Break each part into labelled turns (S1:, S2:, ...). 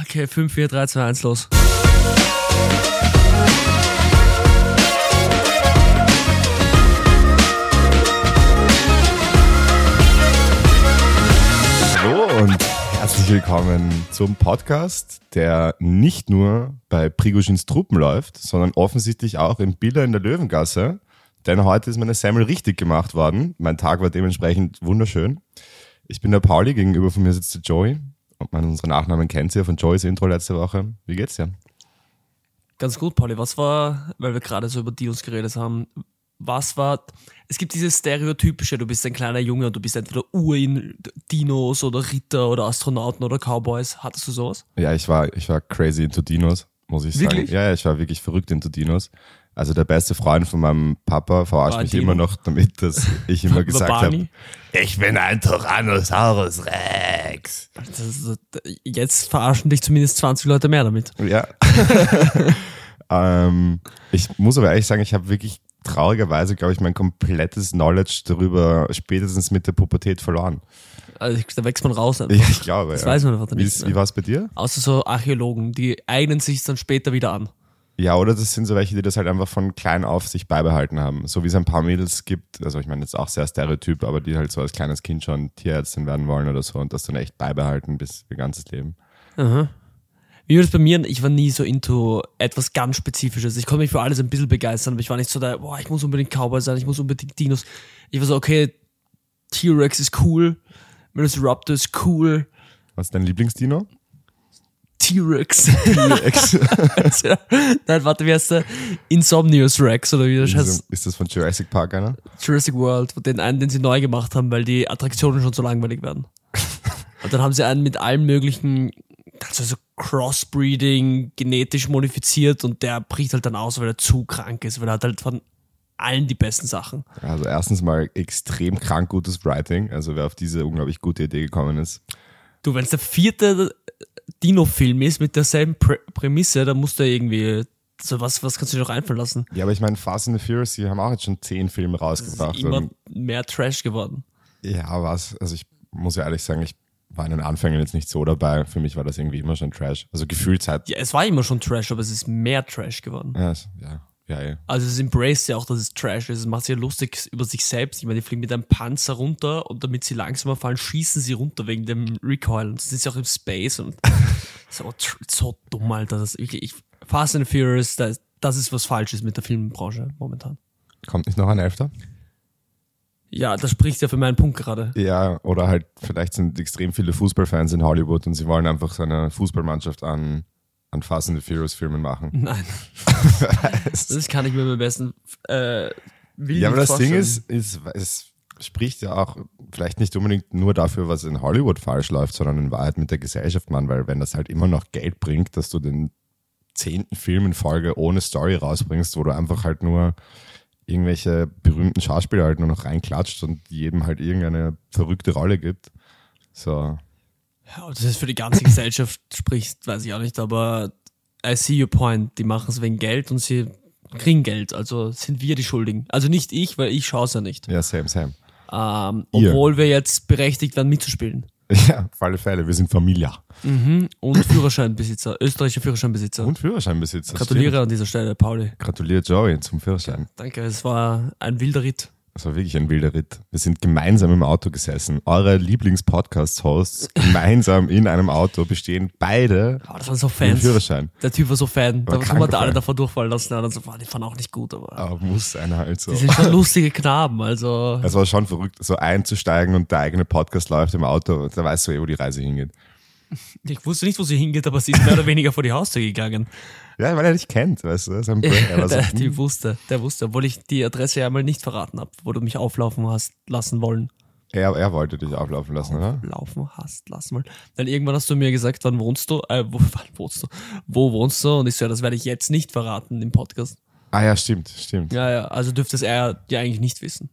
S1: Okay, 5, 4, 3, 2, 1, los.
S2: Hallo und herzlich willkommen zum Podcast, der nicht nur bei Prigoschins Truppen läuft, sondern offensichtlich auch im Biller in der Löwengasse. Denn heute ist meine Semmel richtig gemacht worden. Mein Tag war dementsprechend wunderschön. Ich bin der Pauli, gegenüber von mir sitzt der Joey. Und man, unsere Nachnamen kennt ihr von Joeys Intro letzte Woche. Wie geht's dir?
S1: Ganz gut, Pauli. Was war, weil wir gerade so über die uns geredet haben, was war, es gibt dieses stereotypische, du bist ein kleiner Junge und du bist entweder Urin, Dinos oder Ritter oder Astronauten oder Cowboys. Hattest du sowas?
S2: Ja, ich war, ich war crazy into Dinos, muss ich
S1: Wirklich?
S2: sagen. Ja, ja, ich war wirklich verrückt into Dinos. Also der beste Freund von meinem Papa verarscht
S1: War
S2: mich
S1: Dino.
S2: immer noch damit, dass ich immer gesagt
S1: Barney?
S2: habe, ich bin ein Tyrannosaurus Rex.
S1: Das ist, jetzt verarschen dich zumindest 20 Leute mehr damit.
S2: Ja. ähm, ich muss aber ehrlich sagen, ich habe wirklich traurigerweise, glaube ich, mein komplettes Knowledge darüber spätestens mit der Pubertät verloren.
S1: Also, ich- da wächst man raus. Einfach.
S2: Ja, ich glaube.
S1: Das
S2: ja.
S1: weiß man einfach
S2: wie,
S1: nicht
S2: ist-
S1: mehr.
S2: wie war es bei dir?
S1: Außer so Archäologen, die eignen sich dann später wieder an.
S2: Ja, oder das sind so welche, die das halt einfach von klein auf sich beibehalten haben. So wie es ein paar Mädels gibt, also ich meine, jetzt auch sehr Stereotyp, aber die halt so als kleines Kind schon Tierärztin werden wollen oder so und das dann echt beibehalten bis ihr ganzes Leben.
S1: Wie war das bei mir? Ich war nie so into etwas ganz Spezifisches. Ich konnte mich für alles ein bisschen begeistern, aber ich war nicht so da, boah, ich muss unbedingt Cowboy sein, ich muss unbedingt Dinos. Ich war so, okay, T-Rex ist cool, Velociraptor ist cool,
S2: Was ist dein Lieblingsdino?
S1: T-Rex.
S2: T-Rex.
S1: Nein, warte, wie heißt der? Insomnius Rex oder wie das heißt?
S2: Also, ist das von Jurassic Park einer?
S1: Jurassic World, den einen, den sie neu gemacht haben, weil die Attraktionen schon so langweilig werden. Und dann haben sie einen mit allen möglichen, also so Crossbreeding, genetisch modifiziert und der bricht halt dann aus, weil er zu krank ist, weil er hat halt von allen die besten Sachen.
S2: Also erstens mal extrem krank gutes Writing, also wer auf diese unglaublich gute Idee gekommen ist.
S1: Du, wenn es der vierte Dino-Film ist mit derselben Prä Prämisse, dann musst du irgendwie, so was, was kannst du dir noch einfallen lassen?
S2: Ja, aber ich meine, Fast and the Furious, die haben auch jetzt schon zehn Filme
S1: Es
S2: rausgebracht.
S1: ist immer
S2: und-
S1: mehr Trash geworden.
S2: ja, was? Also ich muss ja ehrlich sagen, ich war in den Anfängen jetzt nicht so dabei. Für mich war das irgendwie immer schon Trash. Also gefühlt seit
S1: Ja, es war immer schon Trash, aber es ist mehr Trash geworden.
S2: Ja, ist- ja, ja, ja.
S1: Also es embraced ja auch, dass es Trash ist. Es macht sich ja lustig über sich selbst. Ich meine, die fliegen mit einem Panzer runter und damit sie langsamer fallen, schießen sie runter wegen dem Recoil. Und sind sie auch im Space und so, tr- so dumm, Alter. Das, ich, ich, Fast and Furious, das, das ist was Falsches mit der Filmbranche momentan.
S2: Kommt nicht noch ein Elfter?
S1: Ja, das spricht ja für meinen Punkt gerade.
S2: Ja, oder halt, vielleicht sind extrem viele Fußballfans in Hollywood und sie wollen einfach so eine Fußballmannschaft an, an Fast and the Furious Filmen machen.
S1: Nein. das kann ich mir beim besten äh, Willen
S2: Ja, aber
S1: nicht
S2: das Ding
S1: vorstellen.
S2: ist, ist, es spricht ja auch vielleicht nicht unbedingt nur dafür, was in Hollywood falsch läuft, sondern in Wahrheit mit der Gesellschaft, Mann, weil wenn das halt immer noch Geld bringt, dass du den zehnten Film in Folge ohne Story rausbringst, wo du einfach halt nur irgendwelche berühmten Schauspieler halt nur noch reinklatscht und jedem halt irgendeine verrückte Rolle gibt. So,
S1: Ja, ob das jetzt für die ganze Gesellschaft spricht, weiß ich auch nicht, aber I see your point. Die machen es wegen Geld und sie kriegen Geld, also sind wir die Schuldigen. Also nicht ich, weil ich schaue es ja nicht.
S2: ja, same, same.
S1: Ähm,
S2: Ihr.
S1: obwohl wir jetzt berechtigt werden mitzuspielen.
S2: Ja, auf alle Fälle, wir sind Familie.
S1: Und Führerscheinbesitzer, österreichischer Führerscheinbesitzer.
S2: Und Führerscheinbesitzer.
S1: Gratuliere
S2: stimmt.
S1: an dieser Stelle, Pauli.
S2: Gratuliere Joey zum Führerschein.
S1: Danke, es war ein wilder Ritt.
S2: Das war wirklich ein wilder Ritt. Wir sind gemeinsam im Auto gesessen. Eure Lieblings-Podcast-Hosts gemeinsam in einem Auto bestehen beide
S1: Aber das waren so
S2: den
S1: Fans.
S2: Führerschein.
S1: Der Typ war so Fan. Da
S2: Aber
S1: kann man da
S2: krank
S1: alle
S2: gefallen.
S1: davon durchfallen lassen. Und dann so, boah, die fahren auch nicht gut, aber
S2: Aber muss einer halt so.
S1: die sind schon lustige Knaben. Also
S2: Das war schon verrückt, so einzusteigen und der eigene Podcast läuft im Auto. Da weißt du eh, wo die Reise hingeht.
S1: ich wusste nicht, wo sie hingeht, aber sie ist mehr oder weniger vor die Haustür gegangen.
S2: Ja, weil er dich kennt, weißt du. Das ist ein Brain. Er war so,
S1: der, die
S2: hm,
S1: wusste, der wusste, obwohl ich die Adresse ja einmal nicht verraten habe, wo du mich auflaufen hast lassen wollen.
S2: er, er wollte dich auflaufen lassen, oder?
S1: Laufen hast lassen wollen. Dann irgendwann hast du mir gesagt, wann wohnst du? Äh, wo, wann wohnst du? Wo wohnst du? Und ich so, ja, das werde ich jetzt nicht verraten im Podcast.
S2: Ah ja, stimmt, stimmt. Ja.
S1: Ja, ja, also dürfte es er ja eigentlich nicht wissen.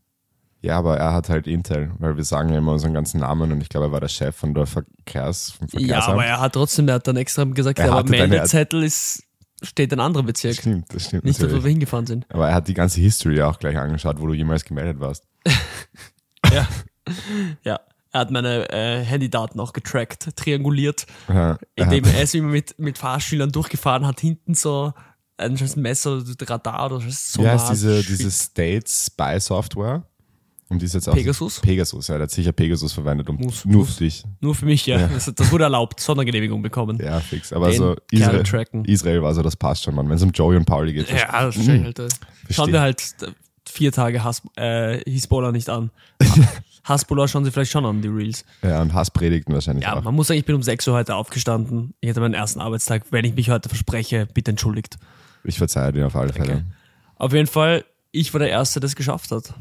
S2: aber er hat halt Intel, weil wir sagen ja immer unseren ganzen Namen und ich glaube, er war der Chef von der Verkehrs, vom
S1: Ja,
S2: Verkehrsamt.
S1: aber er hat trotzdem, der hat dann extra gesagt,
S2: also Er
S1: ja, aber
S2: hatte deine-
S1: Meldezettel ist, steht ein anderer
S2: Das
S1: Bezirk.
S2: stimmt, das stimmt.
S1: Nicht dort, wo
S2: natürlich.
S1: wir hingefahren sind.
S2: Aber er hat die ganze History auch gleich angeschaut, wo du jemals gemeldet warst.
S1: Ja. ja. Er hat meine äh, Handydaten auch getrackt, trianguliert,
S2: Ja,
S1: indem er es immer mit, mit Fahrschülern durchgefahren hat, hinten so ein schönes Messer, Radar oder so.
S2: Wie heißt diese, diese State Spy Software? Um die es jetzt auch
S1: Pegasus?
S2: Pegasus, ja, der hat sicher Pegasus verwendet, um
S1: Muss,
S2: nur
S1: muss.
S2: für dich.
S1: Nur für mich, ja. Das, das wurde erlaubt, Sondergenehmigung bekommen.
S2: Ja, fix. Aber
S1: Den
S2: so
S1: Kerl
S2: Israel,
S1: tracken.
S2: Israel war so, das passt schon, Mann. Wenn es um Joey und Pauli geht, das-
S1: Ja, das verstehe ich halt. äh. Schauen wir halt äh, vier Tage Has äh, Hisbollah nicht an. Hasbollah schauen sie vielleicht schon an, die Reels.
S2: ja und Hasspredigten wahrscheinlich
S1: Ja,
S2: auch.
S1: man muss sagen, ich bin um 6 Uhr heute aufgestanden. Ich hatte meinen ersten Arbeitstag. Wenn ich mich heute verspreche, bitte entschuldigt.
S2: Ich verzeihe dir auf alle Fälle.
S1: Auf jeden Fall, ich war der Erste, der es geschafft hat.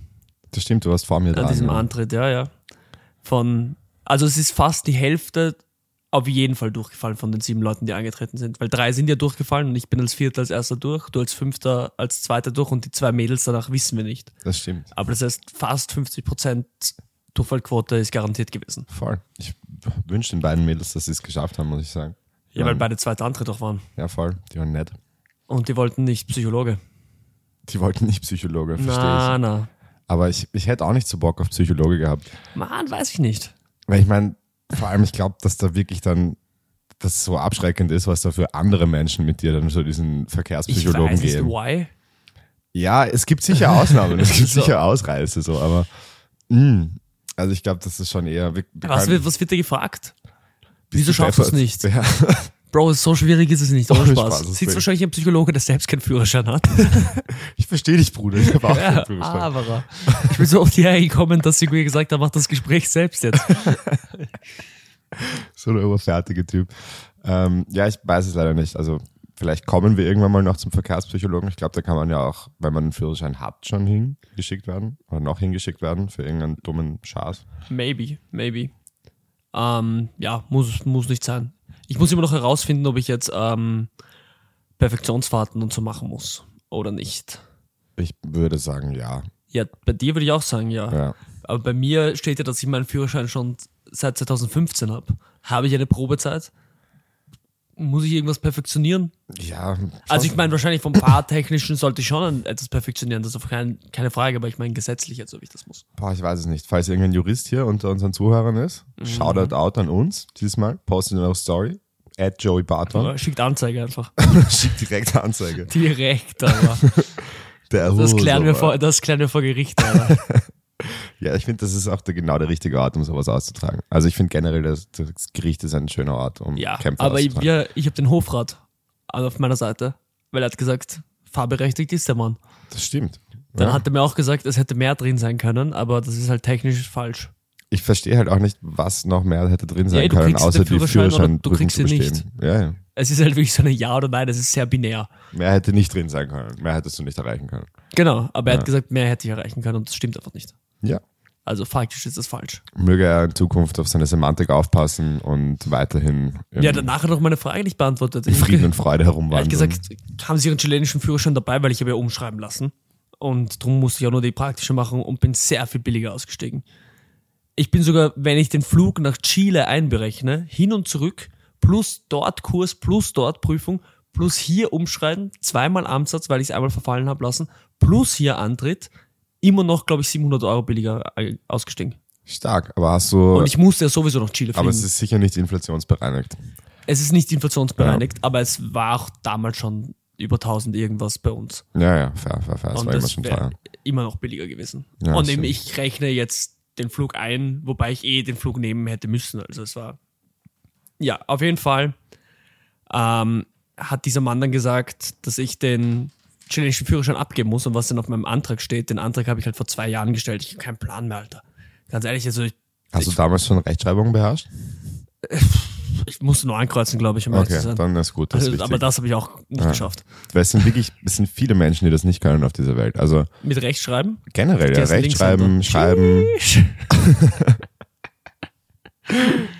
S2: Das stimmt, du warst vor mir
S1: An
S2: dran.
S1: diesem
S2: ja.
S1: Antritt, ja, ja. Von, also es ist fast die Hälfte auf jeden Fall durchgefallen von den sieben Leuten, die angetreten sind. Weil drei sind ja durchgefallen und ich bin als Vierter, als Erster durch, du als Fünfter, als Zweiter durch und die zwei Mädels danach wissen wir nicht.
S2: Das stimmt.
S1: Aber das heißt, fast 50 Prozent Durchfallquote ist garantiert gewesen.
S2: Voll. Ich wünsche den beiden Mädels, dass sie es geschafft haben, muss ich sagen.
S1: Ja, weil beide zweite Antritt auch waren.
S2: Ja, voll. Die waren nett.
S1: Und die wollten nicht Psychologe.
S2: Die wollten nicht Psychologe, verstehe ich.
S1: Na, na.
S2: Aber ich, ich hätte auch nicht so Bock auf Psychologe gehabt.
S1: Mann, weiß ich nicht.
S2: Weil ich meine, vor allem, ich glaube, dass da wirklich dann das so abschreckend ist, was da für andere Menschen mit dir dann so diesen
S1: Ich
S2: Verkehrspsychologen
S1: weiß
S2: gehen.
S1: nicht, why.
S2: Ja, es gibt sicher Ausnahmen, es gibt
S1: So.
S2: sicher Ausreißer, so, aber mh, also ich glaube, das ist schon eher. Wir, wir
S1: Was,
S2: können-
S1: wird- was wird dir gefragt? Wieso
S2: du
S1: schaffst du es
S2: deppert?
S1: nicht?
S2: Ja,
S1: Bro, so schwierig ist es nicht, ohne
S2: Ohne
S1: Spaß.
S2: Spaß, das
S1: Sitzt
S2: bin-
S1: wahrscheinlich ein Psychologe, der selbst keinen Führerschein hat.
S2: ich verstehe dich, Bruder. Ich habe auch keinen Führerschein.
S1: Aber ich bin so oft hierher gekommen, dass sie mir gesagt haben, mach das Gespräch selbst jetzt.
S2: So der oberfertige Typ. Ähm, ja, ich weiß es leider nicht. Also vielleicht kommen wir irgendwann mal noch zum Verkehrspsychologen. Ich glaube, da kann man ja auch, wenn man einen Führerschein hat, schon hingeschickt werden oder noch hingeschickt werden für irgendeinen dummen Schaß.
S1: Maybe, maybe. Ähm, ja, muss, muss nicht sein. Ich muss immer noch herausfinden, ob ich jetzt ähm, Perfektionsfahrten und so machen muss oder nicht.
S2: Ich würde sagen, ja.
S1: Ja, bei dir würde ich auch sagen, ja.
S2: ja.
S1: Aber bei mir steht ja, dass ich meinen Führerschein schon seit 2015 habe. Habe ich eine Probezeit? Muss ich irgendwas perfektionieren?
S2: Ja.
S1: Also
S2: schon.
S1: ich meine, wahrscheinlich vom Fahrtechnischen sollte ich schon ein- etwas perfektionieren, das ist auf kein, keine Frage, aber ich meine gesetzlich, als ob ich das muss.
S2: Boah, ich weiß es nicht. Falls irgendein Jurist hier unter unseren Zuhörern ist,
S1: Mhm.
S2: Shoutout out an uns diesmal. Postet in eure Story. At Joey Barton.
S1: Aber schickt Anzeige einfach.
S2: Schickt direkt Anzeige.
S1: Direkt, aber.
S2: Der
S1: Das
S2: Hurensohn,
S1: klären wir
S2: Alter.
S1: vor, das klären wir vor Gericht, aber.
S2: Ja, ich finde, das ist auch der, genau der richtige Ort, um sowas auszutragen. Also ich finde generell, das, das Gericht ist ein schöner Ort, um
S1: Ja,
S2: Kämpfe
S1: aber ich,
S2: auszutragen.
S1: wir, ich habe den Hofrat also auf meiner Seite, weil er hat gesagt, fahrberechtigt ist der Mann.
S2: das stimmt.
S1: Dann
S2: ja.
S1: hat er mir auch gesagt, es hätte mehr drin sein können, aber das ist halt technisch falsch.
S2: Ich verstehe halt auch nicht, was noch mehr hätte drin sein
S1: ey, du
S2: können,
S1: kriegst den
S2: außer die
S1: Führerschein oder du
S2: Führerscheinprüfung
S1: kriegst
S2: zu
S1: ihn nicht.
S2: bestehen. Ja, ja.
S1: Es ist halt wirklich so eine Ja oder Nein, es ist sehr binär.
S2: Mehr hätte nicht drin sein können. Mehr hättest du nicht erreichen können.
S1: Genau, aber er hat gesagt, mehr hätte ich erreichen können und das stimmt einfach nicht.
S2: Ja.
S1: Also faktisch ist das falsch.
S2: Möge er in Zukunft auf seine Semantik aufpassen und weiterhin im
S1: Ja, danach hat er noch meine Frage nicht beantwortet. Ich
S2: Genau. Frieden und Freude
S1: Ehrlich
S2: herumwandern.
S1: gesagt, haben sie ihren chilenischen Führerschein dabei, weil ich habe ja umschreiben lassen. Und darum musste ich auch nur die praktische machen und bin sehr viel billiger ausgestiegen. Ich bin sogar, wenn ich den Flug nach Chile einberechne, hin und zurück, plus dort Kurs, plus dort Prüfung, plus hier umschreiben, zweimal Amtsatz, weil ich es einmal verfallen habe lassen, plus hier Antritt, immer noch, glaube ich, 700 Euro billiger äh, ausgestiegen.
S2: Stark, aber hast du...
S1: Und ich musste ja sowieso nach Chile fliegen.
S2: aber es ist sicher nicht inflationsbereinigt.
S1: Es ist nicht inflationsbereinigt, aber es war auch damals schon über 1000 irgendwas bei uns.
S2: Ja, ja, fair, fair, fair. Das
S1: Und
S2: war immer schon
S1: wär
S2: teuer.
S1: immer noch billiger gewesen.
S2: Ja,
S1: und eben
S2: stimmt.
S1: ich rechne jetzt den Flug ein, wobei ich eh den Flug nehmen hätte müssen. Also es war. Ja, auf jeden Fall ähm, hat dieser Mann dann gesagt, dass ich den chilenischen Führerschein abgeben muss und was dann auf meinem Antrag steht. Den Antrag habe ich halt vor zwei Jahren gestellt. Ich habe keinen Plan mehr, Alter. Ganz ehrlich, also ich,
S2: Hast du damals schon Rechtschreibung beherrscht?
S1: ich musste nur ankreuzen, glaube ich, um ehrlich zu
S2: Okay,
S1: sein.
S2: dann ist gut. Das ist
S1: also,
S2: wichtig.
S1: aber das habe ich auch nicht geschafft.
S2: Weil es sind wirklich, es sind viele Menschen, die das nicht können auf dieser Welt. Also
S1: Mit Rechtschreiben?
S2: generell,
S1: Die
S2: ja,
S1: heißen
S2: Rechtschreiben,
S1: Linkshänder.
S2: Schreiben.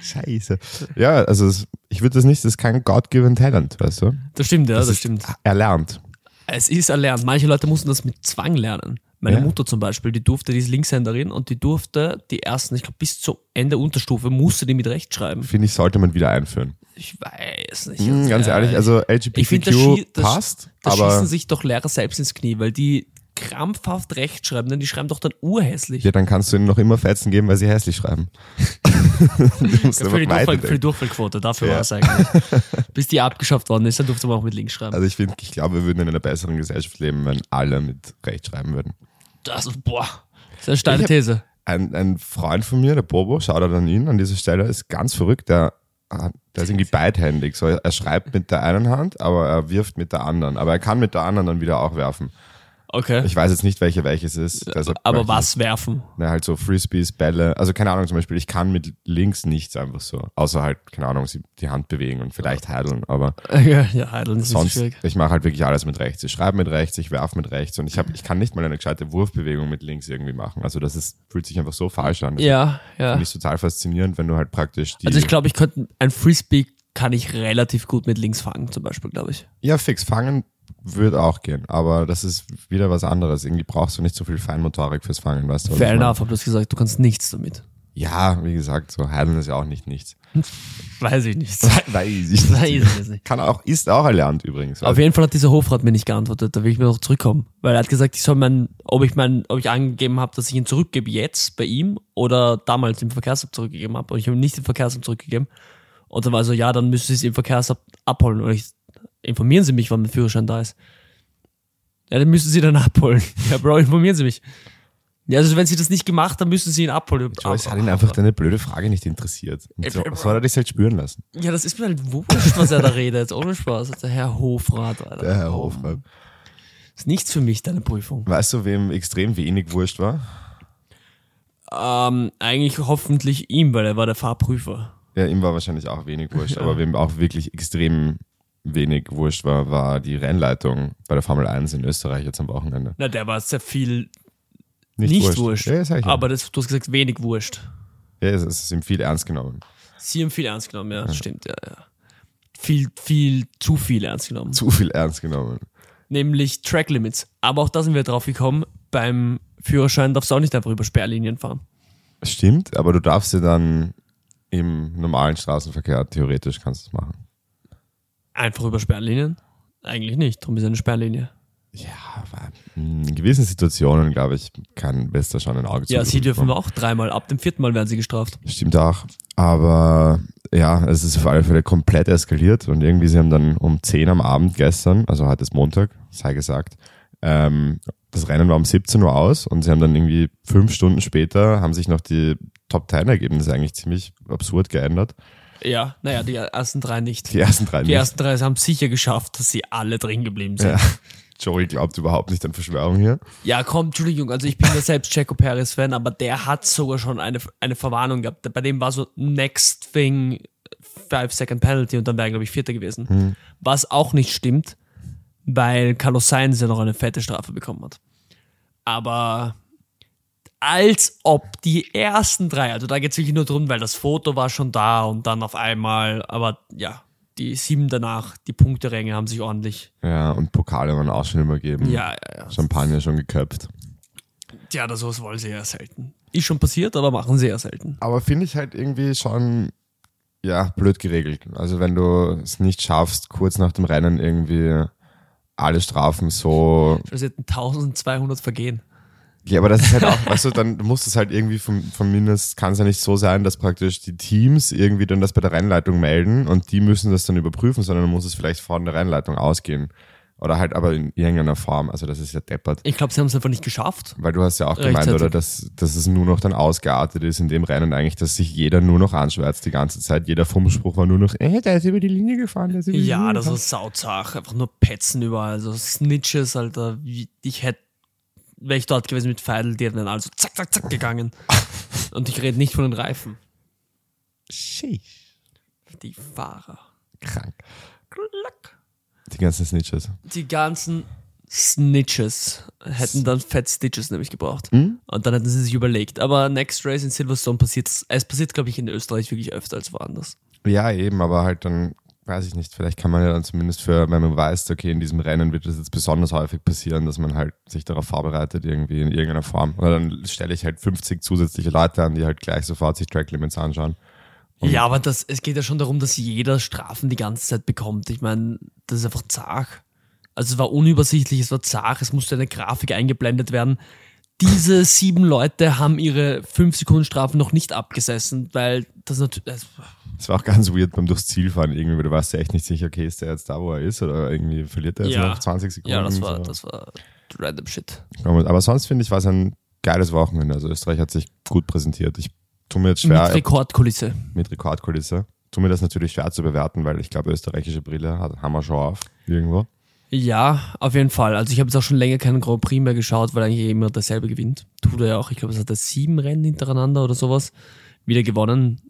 S2: Scheiße. Ja, also es, ich würde das nicht, das ist kein God-given Talent, weißt du?
S1: Das stimmt, ja, das,
S2: ist
S1: stimmt.
S2: Erlernt.
S1: Es ist erlernt. Manche Leute mussten das mit Zwang lernen. Meine
S2: Ja.
S1: Mutter zum Beispiel, die durfte, die ist Linkshänderin und die durfte die ersten, ich glaube bis zum Ende der Unterstufe, musste die mit Recht schreiben.
S2: Finde ich, sollte man wieder einführen.
S1: Ich weiß nicht.
S2: Hm, ganz ehrlich, also
S1: ich find, das schie-
S2: LGBTQ
S1: das-
S2: passt,
S1: da schießen
S2: aber
S1: sich doch Lehrer selbst ins Knie, weil die krampfhaft recht schreiben, denn die schreiben doch dann urhässlich.
S2: Ja, dann kannst du ihnen noch immer Fetzen geben, weil sie hässlich schreiben. du musst
S1: für, die Durchfall, für
S2: einfach
S1: die
S2: weiterdenken.
S1: Durchfallquote, dafür
S2: Ja.
S1: war es eigentlich. Bis die abgeschafft worden ist, dann durfte man auch mit links schreiben.
S2: Also ich finde, ich glaube, wir würden in einer besseren Gesellschaft leben, wenn alle mit Recht schreiben würden.
S1: Das, boah, das ist eine steile
S2: Ich hab-
S1: These.
S2: Ein, ein Freund von mir, der Bobo, schaut er dann ihn an dieser Stelle, ist ganz verrückt, der, ah, der ist irgendwie beidhändig. So, er schreibt mit der einen Hand, aber er wirft mit der anderen. Aber er kann mit der anderen dann wieder auch werfen.
S1: Okay.
S2: Ich weiß jetzt nicht, welche welches ist. Deshalb
S1: Aber
S2: möchte ich-
S1: was werfen?
S2: Na, halt so Frisbees, Bälle. Also keine Ahnung, zum Beispiel, ich kann mit links nichts einfach so. Außer halt, keine Ahnung, sie- die Hand bewegen und vielleicht heideln. Aber
S1: Ja, ja Heideln ist nicht
S2: sonst,
S1: so schwierig.
S2: ich mache halt wirklich alles mit rechts. Ich schreibe mit rechts, ich werfe mit rechts und ich, hab, ich kann nicht mal eine gescheite Wurfbewegung mit links irgendwie machen. Also das ist, fühlt sich einfach so falsch an. Das
S1: Ja, ja.
S2: Finde ich total faszinierend, wenn du halt praktisch
S1: Ah.
S2: die.
S1: Also ich glaube, ich könnte ein Frisbee kann ich relativ gut mit links fangen, zum Beispiel, glaube ich.
S2: ja, fix, fangen wird auch gehen, aber das ist wieder was anderes. Irgendwie brauchst du nicht so viel Feinmotorik fürs Fangen, weißt du? was
S1: Fair
S2: ich meine?
S1: enough, hab bloß gesagt, du kannst nichts damit.
S2: Ja, wie gesagt, so heideln ist ja auch nicht nichts.
S1: Weiß ich nicht.
S2: Weiß ich
S1: Weiß ich jetzt nicht.
S2: Kann auch, ist auch erlernt übrigens.
S1: Auf jeden Fall hat dieser Hofrat mir nicht geantwortet, da will ich mir noch zurückkommen. Weil er hat gesagt, ich soll meinen, ob ich meinen, ob ich angegeben habe, dass ich ihn zurückgebe jetzt bei ihm oder damals im Verkehrsamt zurückgegeben habe. Und ich habe ihm nicht im Verkehrsamt zurückgegeben. Und dann war er so, ja, dann müssen Sie es im Verkehrsamt abholen. Und ich, informieren Sie mich, wann mein Führerschein da ist. Ja, dann müssen Sie dann abholen. Ja, Bro, informieren Sie mich. Ja, also wenn Sie das nicht gemacht, dann müssen Sie ihn abholen.
S2: Joyce hat ihn einfach deine blöde Frage nicht interessiert. Und so, soll er dich halt spüren lassen?
S1: Ja, das ist mir halt wurscht, was er da redet. Ohne Spaß. Der Herr Hofrat, Alter.
S2: Herr Hofrat.
S1: Ist nichts für mich, deine Prüfung.
S2: Weißt du, wem extrem wenig wurscht war?
S1: Ähm, eigentlich hoffentlich ihm, weil er war der Fahrprüfer.
S2: Ja, ihm war wahrscheinlich auch wenig wurscht, aber wem auch wirklich extrem wenig wurscht war, war die Rennleitung bei der Formel 1 in Österreich jetzt am Wochenende.
S1: Na, der war sehr viel nicht wurscht.
S2: Ja, sag ich ja.
S1: aber das, du hast gesagt, wenig wurscht.
S2: ja, es es ist ihm viel ernst genommen.
S1: Sie haben viel ernst genommen, ja, stimmt, ja, ja. Viel, viel, zu viel ernst genommen.
S2: Zu viel ernst genommen.
S1: Nämlich Track Limits. Aber auch da sind wir drauf gekommen, beim Führerschein darfst du auch nicht einfach über Sperrlinien fahren.
S2: Stimmt, aber du darfst sie dann im normalen Straßenverkehr theoretisch kannst du es machen.
S1: Einfach über Sperrlinien? Eigentlich nicht, darum ist eine Sperrlinie.
S2: Ja, aber in gewissen Situationen, glaube ich, kann Bester schon ein Auge
S1: Ja,
S2: zudrücken
S1: sie dürfen
S2: bekommen.
S1: wir auch dreimal, ab dem vierten Mal werden sie gestraft.
S2: Stimmt auch. Aber ja, es ist auf alle Fälle komplett eskaliert und irgendwie, sie haben dann um 10 am Abend gestern, also heute ist Montag, sei gesagt, ähm, das Rennen war um 17 Uhr aus und sie haben dann irgendwie fünf Stunden später, haben sich noch die Top 10 Ergebnisse eigentlich ziemlich absurd geändert.
S1: Ja, naja, die ersten drei nicht.
S2: Die ersten drei
S1: Die
S2: nicht.
S1: ersten drei haben sicher geschafft, dass sie alle drin geblieben sind.
S2: Ja. Joey glaubt überhaupt nicht an Verschwörung hier.
S1: Ja, komm, Entschuldigung, also ich bin ja selbst Checo Perez-Fan, aber der hat sogar schon eine, eine Verwarnung gehabt. Bei dem war so Next Thing, five second penalty und dann wäre, glaube ich, Vierter gewesen. Was auch nicht stimmt, weil Carlos Sainz ja noch eine fette Strafe bekommen hat. Aber als ob die ersten drei, also da geht es wirklich nur drum, weil das Foto war schon da und dann auf einmal, aber ja, die sieben danach, die Punkteränge haben sich ordentlich.
S2: Ja, und Pokale waren auch schon übergeben.
S1: Ja, ja, ja.
S2: Champagner schon geköpft.
S1: Ja, das sowas wollen sie ja selten. Ist schon passiert, aber machen sie ja selten.
S2: aber finde ich halt irgendwie schon ja blöd geregelt. Also wenn du es nicht schaffst, kurz nach dem Rennen irgendwie alle Strafen so.
S1: Das Also hätten 1200 vergehen.
S2: Ja, aber das ist halt auch, weißt du, dann muss es halt irgendwie vom, vom Mindest, kann es ja nicht so sein, dass praktisch die Teams irgendwie dann das bei der Rennleitung melden und die müssen das dann überprüfen, sondern dann muss es vielleicht von der Rennleitung ausgehen. Oder halt aber in irgendeiner Form. Also das ist ja deppert.
S1: Ich glaube, sie haben es einfach nicht geschafft.
S2: Weil du hast ja auch gemeint,
S1: Rechtzeitig.
S2: oder, dass, dass es nur noch dann ausgeartet ist in dem Rennen eigentlich, dass sich jeder nur noch anschwärzt die ganze Zeit. Jeder Funkspruch war nur noch, äh, der ist über die Linie gefahren, der ist über die
S1: Ja,
S2: Linie
S1: das
S2: gefahren.
S1: ist sauzach. Einfach nur Petzen überall. So Snitches, Alter. Wie, ich hätte, wäre ich dort gewesen mit Feidel, die hätten dann also zack, zack, zack gegangen. Und ich rede nicht von den Reifen.
S2: Sheesh.
S1: Die Fahrer.
S2: Krank. Die ganzen Snitches.
S1: Die ganzen Snitches hätten dann Fat Stitches nämlich gebraucht. Und dann hätten sie sich überlegt. Aber Next Race in Silverstone passiert, es passiert, glaube ich, in Österreich wirklich öfter als woanders.
S2: Ja, eben, aber halt dann, weiß ich nicht, vielleicht kann man ja dann zumindest für, wenn man weiß, okay, in diesem Rennen wird das jetzt besonders häufig passieren, dass man halt sich darauf vorbereitet irgendwie in irgendeiner Form. Oder dann stelle ich halt 50 zusätzliche Leute an, die halt gleich sofort sich Track Limits anschauen.
S1: Ja, aber das, es geht ja schon darum, dass jeder Strafen die ganze Zeit bekommt. Ich meine, das ist einfach zart. Also es war unübersichtlich, es war zart, es musste eine Grafik eingeblendet werden. Diese sieben Leute haben ihre 5-Sekunden-Strafen noch nicht abgesessen, weil das natürlich.
S2: Es war auch ganz weird beim durchs Ziel fahren irgendwie, weil du warst ja echt nicht sicher, okay, ist der jetzt da, wo er ist oder irgendwie verliert er jetzt
S1: Ja.
S2: noch 20 Sekunden.
S1: Ja, das war,
S2: so.
S1: das war random shit.
S2: Aber sonst finde ich, war es ein geiles Wochenende. Also Österreich hat sich gut präsentiert. Ich tue mir jetzt schwer,
S1: Mit Rekordkulisse.
S2: mit Rekordkulisse. Tut mir das natürlich schwer zu bewerten, weil ich glaube, österreichische Brille hat Hammer schon auf irgendwo.
S1: Ja, auf jeden Fall. Also ich habe jetzt auch schon länger keinen Grand Prix mehr geschaut, weil eigentlich immer derselbe gewinnt. Tut er ja auch. Ich glaube, es hat er sieben Rennen hintereinander oder sowas wieder gewonnen.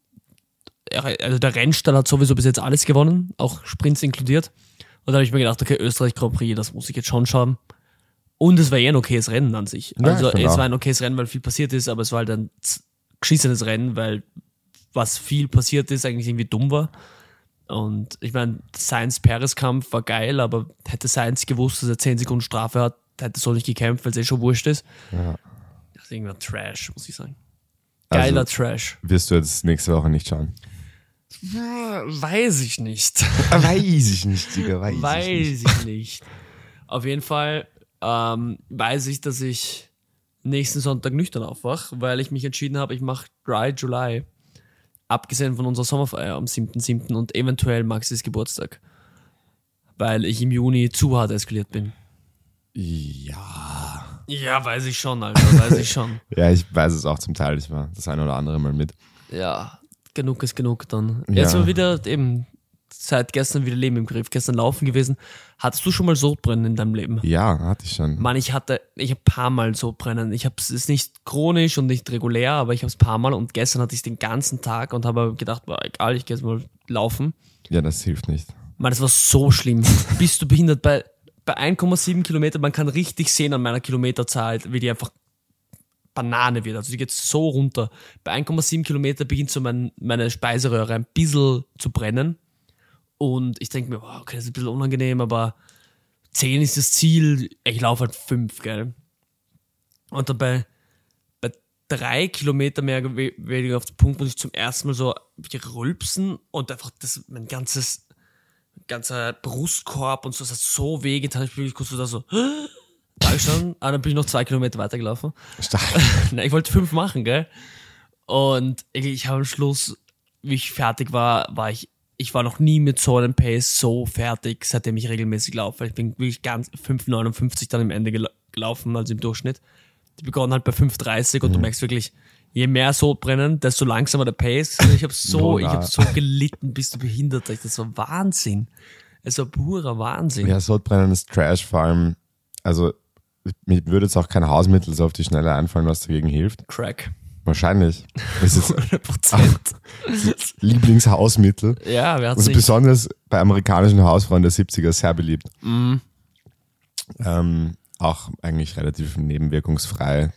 S1: Er- Also der Rennstall hat sowieso bis jetzt alles gewonnen, auch Sprints inkludiert. Und da habe ich mir gedacht, okay, Österreich Grand Prix, das muss ich jetzt schon schauen. Und es war eh ein okayes Rennen an sich.
S2: Ja,
S1: Also
S2: ich find
S1: es
S2: auch.
S1: war ein okayes Rennen, weil viel passiert ist, aber es war halt ein z- geschissenes Rennen, weil was viel passiert ist, eigentlich irgendwie dumm war. Und ich meine, Sainz Perez Kampf war geil, aber hätte Sainz gewusst, dass er 10 Sekunden Strafe hat, hätte er so nicht gekämpft, weil es eh schon wurscht ist. Das ist irgendwann Trash, muss ich sagen.
S2: Also-
S1: Geiler Trash.
S2: Wirst du jetzt nächste Woche nicht schauen?
S1: Weiß ich nicht.
S2: Weiß ich nicht, Digga,
S1: Weiß ich nicht. Auf jeden Fall ähm, weiß ich, dass ich nächsten Sonntag nüchtern aufwach, weil ich mich entschieden habe, ich mache Dry July. Abgesehen von unserer Sommerfeier am 7.7. und eventuell Maxis Geburtstag. Weil ich im Juni zu hart eskaliert bin.
S2: Ja.
S1: Ja, weiß ich schon, Alter, weiß ich schon.
S2: Ja, ich weiß es auch zum Teil. Ich war das eine oder andere Mal mit.
S1: Ja, genug ist genug dann.
S2: Ja.
S1: Jetzt mal wieder eben seit gestern wieder Leben im Griff, gestern laufen gewesen. Hattest du schon mal Sodbrennen in deinem Leben?
S2: Ja, hatte ich schon.
S1: Mann, ich hatte, ich habe paar Mal so brennen. Ich habe es ist nicht chronisch und nicht regulär, aber ich habe es paar Mal und gestern hatte ich den ganzen Tag und habe gedacht, boah, egal, ich gehe jetzt mal laufen.
S2: Ja, das hilft nicht.
S1: Mann, das war so schlimm. Bist du behindert bei, bei 1,7 Kilometer? Man kann richtig sehen an meiner Kilometerzahl, wie die einfach Banane wird. Also die geht so runter. Bei 1,7 Kilometer beginnt so mein, meine Speiseröhre ein bisschen zu brennen. Und ich denke mir, wow, okay, das ist ein bisschen unangenehm, aber 10 ist das Ziel. Ich laufe halt 5, gell? Und dabei bei drei Kilometer mehr oder we- weniger auf den Punkt muss ich zum ersten Mal so rülpsen und einfach das, mein ganzes ganzer Brustkorb und so, das hat so weh getan. Ich bin wirklich kurz so da so, da gestanden. Ah, dann bin ich noch zwei Kilometer weitergelaufen.
S2: Stark.
S1: Na, ich wollte fünf machen, gell? Und ich, ich habe am Schluss, wie ich fertig war, war ich, ich war noch nie mit so einem Pace so fertig, seitdem ich regelmäßig laufe. Ich bin wirklich ganz 5,59 dann im Ende gel gelaufen, also im Durchschnitt. Die begonnen halt bei 5,30
S2: Mhm.
S1: und du merkst wirklich, je mehr so brennen, desto langsamer der Pace. Ich habe so,
S2: Oh,
S1: ich
S2: na.
S1: habe so gelitten, bist du behindert. Das war Wahnsinn. Es war purer Wahnsinn.
S2: Ja, Sodbrennen ist Trash, vor allem. Also, mir würde jetzt auch kein Hausmittel so auf die Schnelle einfallen, was dagegen hilft.
S1: Crack.
S2: Wahrscheinlich. Das ist
S1: 100%.
S2: Lieblingshausmittel.
S1: ja, wer hat's
S2: Also
S1: nicht?
S2: besonders bei amerikanischen Hausfrauen der 70er sehr beliebt.
S1: Mhm.
S2: Ähm, auch eigentlich relativ nebenwirkungsfrei.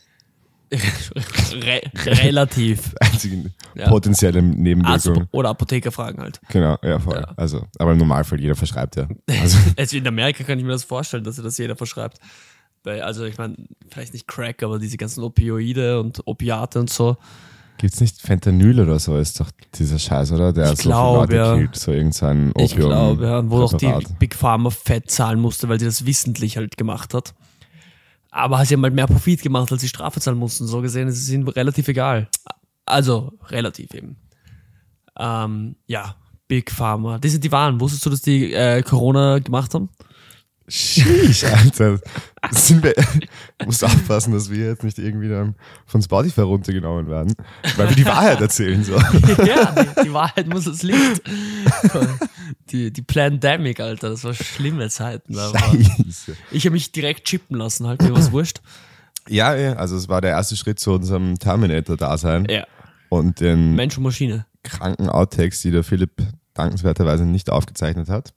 S1: Re relativ.
S2: Einzige
S1: Ja. Ah,
S2: potenzielle
S1: Arzt
S2: Nebenwirkung.
S1: oder Apotheker fragen halt.
S2: Genau, ja voll. Also, aber im Normalfall jeder verschreibt ja. Also,
S1: Also in Amerika kann ich mir das vorstellen, dass das jeder verschreibt. Weil, also ich meine, vielleicht nicht Crack, aber diese ganzen Opioide und Opiate und so.
S2: gibt's nicht Fentanyl oder so? Ist doch dieser Scheiß, oder? Der
S1: Ich
S2: so
S1: glaub,
S2: viele Leute
S1: ja.
S2: killt, so irgendein Opium.
S1: Ich glaube, ja, wo auch die
S2: Präparat.
S1: Big Pharma Fett zahlen musste, weil sie das wissentlich halt gemacht hat. Aber sie haben halt mehr Profit gemacht, als sie Strafe zahlen mussten. So gesehen ist es ihnen relativ egal. Also, relativ eben. Ähm, ja, Big Pharma. Die sind die Waren. Wusstest du, dass die äh, Corona gemacht haben?
S2: Sheesh, Alter. Sind wir, musst aufpassen, dass wir jetzt nicht irgendwie dann von Spotify runtergenommen werden, weil wir die Wahrheit erzählen so.
S1: ja, die, die Wahrheit muss ins Licht. Die, die Plandemic, Alter, das war schlimme Zeiten. Aber
S2: Scheiße.
S1: ich habe mich direkt chippen lassen, halt mir was wurscht.
S2: Ja, ja, also es war der erste Schritt zu unserem Terminator-Dasein
S1: Ja.
S2: und den
S1: Mensch und Maschine.
S2: kranken Outtakes, die der Philipp dankenswerterweise nicht aufgezeichnet hat.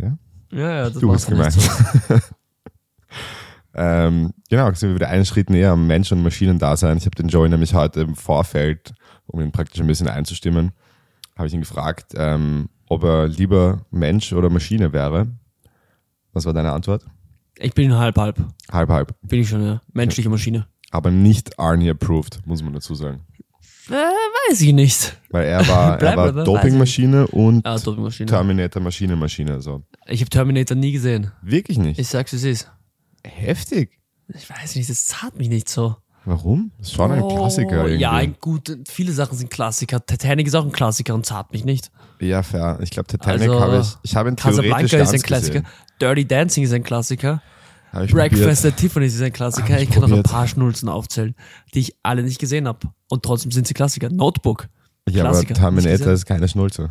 S1: Ja, ja, das
S2: Du
S1: macht
S2: bist
S1: nichts.
S2: gemeint. ähm, genau, sind wir wieder einen Schritt näher am Mensch- und Maschinendasein. Ich habe den Joey nämlich heute im Vorfeld, um ihn praktisch ein bisschen einzustimmen, habe ich ihn gefragt, ähm, ob er lieber Mensch oder Maschine wäre. Was war deine Antwort?
S1: Ich bin halb, halb.
S2: Halb, halb.
S1: Bin ich schon, ja. Menschliche Maschine.
S2: Aber nicht Arnie approved, muss man dazu sagen.
S1: Äh, weiß ich nicht.
S2: Weil er war, er
S1: Bleiben
S2: war
S1: wir, weiß ich
S2: Dopingmaschine und
S1: Ah, Doppelmaschine.
S2: Terminator Maschine Maschine. Also.
S1: Ich habe Terminator nie gesehen.
S2: Wirklich nicht.
S1: Ich sag's, wie es ist.
S2: Heftig.
S1: Ich weiß nicht, das zahlt mich nicht so.
S2: Warum? Das ist schon ein Klassiker irgendwie.
S1: Oh, Ja, ein- gut, viele Sachen sind Klassiker. Titanic ist auch ein Klassiker und zahlt mich nicht.
S2: ja fair. Ich glaube, Titanic
S1: Also,
S2: habe ich. Ich habe ihn theoretisch
S1: Casablanca ist ein
S2: ganz
S1: Klassiker.
S2: gesehen.
S1: Dirty Dancing ist ein Klassiker.
S2: Hab ich
S1: Breakfast
S2: probiert.
S1: at Tiffany's ist ein Klassiker.
S2: Hab ich
S1: Ich kann noch ein
S2: probiert.
S1: paar Schnulzen aufzählen, die ich alle nicht gesehen habe. Und trotzdem sind sie Klassiker. Notebook.
S2: Ja, aber
S1: Klassiker. Nicht
S2: Terminator
S1: gesehen.
S2: ist keine Schnulze.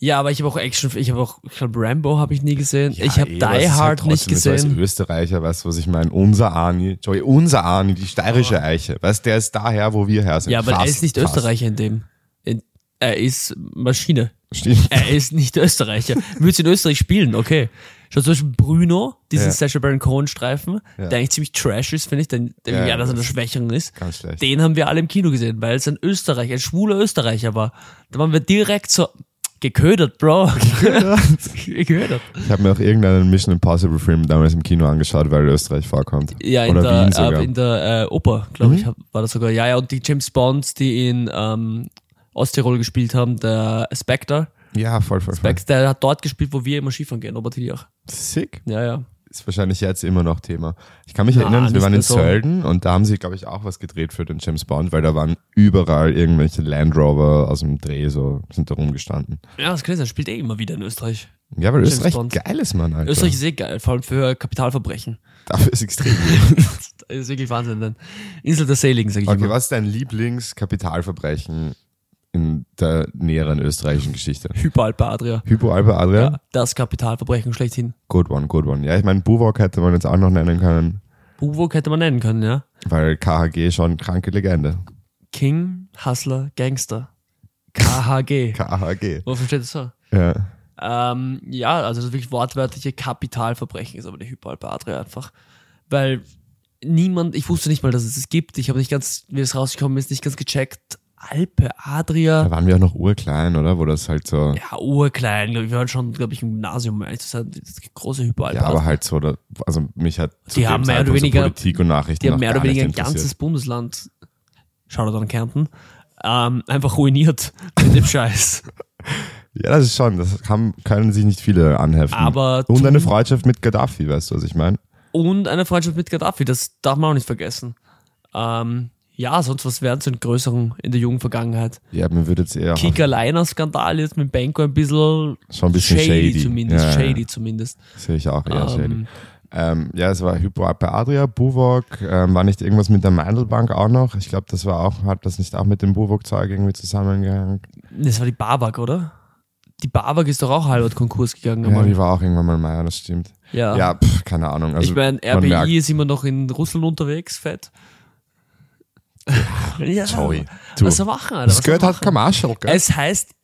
S1: Ja, aber ich habe auch Action, ich habe auch, ich glaube, Rambo habe ich nie gesehen.
S2: Ja,
S1: ich habe
S2: eh,
S1: Die
S2: aber es ist
S1: Hard
S2: halt
S1: nicht
S2: trotzdem so Als
S1: gesehen.
S2: Österreicher, weißt du, was ich meine? Unser Arni, Joey, unser Arni, die steirische Eiche. Weißt du, der ist daher, wo wir her sind.
S1: Ja, aber er
S2: Fast,
S1: ist nicht
S2: fast.
S1: Österreicher in dem. In, er ist Maschine.
S2: Stimmt.
S1: Er ist nicht Österreicher. Würdest du in Österreich spielen, okay. Schau zum Beispiel Bruno, diesen
S2: Ja.
S1: Sacha Baron Cohen-Streifen,
S2: Ja.
S1: der eigentlich ziemlich trash ist, finde ich, der, der
S2: Ja,
S1: ja, einer
S2: das
S1: seiner Schwächeren ist.
S2: Ganz schlecht.
S1: Den haben wir alle im Kino gesehen, weil es ein Österreicher, ein schwuler Österreicher war. Da waren wir direkt so geködert, Bro. geködert.
S2: Ich habe mir auch irgendeinen Mission Impossible Film damals im Kino angeschaut, weil Österreich vorkommt.
S1: Ja, in
S2: Oder Wien
S1: der,
S2: sogar. Mhm.
S1: äh, in der äh, Oper, glaube ich, hab- war das sogar. Ja, ja, und die James Bonds, die in ähm, Osttirol gespielt haben, der Spectre,
S2: ja, voll, voll, voll.
S1: Bex, der hat dort gespielt, wo wir immer Skifahren gehen, Obertiliach.
S2: Sick.
S1: Ja, ja.
S2: Ist wahrscheinlich jetzt immer noch Thema. Ich kann mich
S1: Na,
S2: erinnern, wir
S1: nicht
S2: waren
S1: mehr
S2: in
S1: so.
S2: Sölden und da haben sie, glaube ich, auch was gedreht für den James Bond, weil da waren überall irgendwelche Land Rover aus dem Dreh so, sind da rumgestanden.
S1: Ja, das kann sein. Spielt eh immer wieder in Österreich.
S2: Ja, weil
S1: James
S2: Österreich
S1: Bond.
S2: geil ist, Mann, Alter.
S1: Österreich ist eh geil, vor allem für Kapitalverbrechen.
S2: Dafür ist extrem gut.
S1: Das ist wirklich Wahnsinn. Dann. Insel der Seligen, sag ich
S2: Okay,
S1: immer.
S2: was ist dein Lieblingskapitalverbrechen in der näheren österreichischen Geschichte?
S1: Hyperalpa Adria.
S2: Hypo Alpe Adria?
S1: Ja, das Kapitalverbrechen schlechthin.
S2: Good one, good one. Ja, ich meine, Buwok hätte man jetzt auch noch nennen können,
S1: Buwok hätte man nennen können, ja.
S2: weil KHG schon kranke Legende.
S1: King, Hustler, Gangster. KHG.
S2: KHG.
S1: Wofür steht das so?
S2: Ja.
S1: Ähm, ja, also das wirklich wortwörtliche Kapitalverbrechen ist aber die Hyperalpa Adria einfach. Weil niemand, ich wusste nicht mal, dass es es gibt. Ich habe nicht ganz, wie es rausgekommen ist, nicht ganz gecheckt. Alpe Adria.
S2: Da waren wir auch noch urklein, oder? Wo das halt so, ja,
S1: Ja, urklein. glaub Ich wir waren schon, glaube ich, im Gymnasium, um ehrlich zu sein. Das große Hyperalpa.
S2: aber halt so, da, also mich hat
S1: Die
S2: zu dem
S1: haben mehr oder
S2: Zeitpunkt
S1: weniger-
S2: so Politik und Nachrichten
S1: die haben
S2: auch
S1: mehr
S2: gar
S1: oder weniger ein
S2: nicht
S1: ganzes
S2: interessiert.
S1: Bundesland, Shoutout an Kärnten, ähm, einfach ruiniert mit dem Scheiß.
S2: Ja, das ist schon, das haben, können sich nicht viele anheften.
S1: Aber
S2: und eine
S1: tun-
S2: Freundschaft mit Gaddafi, weißt du, was ich meine?
S1: Und eine Freundschaft mit Gaddafi, das darf man auch nicht vergessen. Ähm, ja, sonst was wären zu den größeren in der jungen Vergangenheit.
S2: Ja, man würde jetzt eher auch
S1: Kika Leiner Skandal jetzt mit Benko ein bisschen,
S2: schon ein bisschen shady.
S1: shady, zumindest,
S2: Ja, ja,
S1: shady zumindest.
S2: Sehe ich auch eher shady.
S1: ähm,
S2: Ähm, ja, es war Hypo bei Adria, Buwok, ähm, war nicht irgendwas mit der Mandelbank auch noch? Ich glaube, das war auch, hat das nicht auch mit dem Buwok-Zeug irgendwie zusammengehängt?
S1: das war die Babak, oder? Die Babak ist doch auch halbert Konkurs gegangen.
S2: Ja,
S1: einmal.
S2: die war auch irgendwann mal Meier, das stimmt.
S1: ja.
S2: Ja, pf, keine Ahnung. Also,
S1: ich meine,
S2: man merkt-
S1: RBI ist immer noch in Russland unterwegs, fett. ja,
S2: Sorry. Du,
S1: Was soll man machen, Alter?
S2: das
S1: Was soll
S2: gehört
S1: man
S2: halt kein Marschall,
S1: machen?
S2: gell?
S1: Es heißt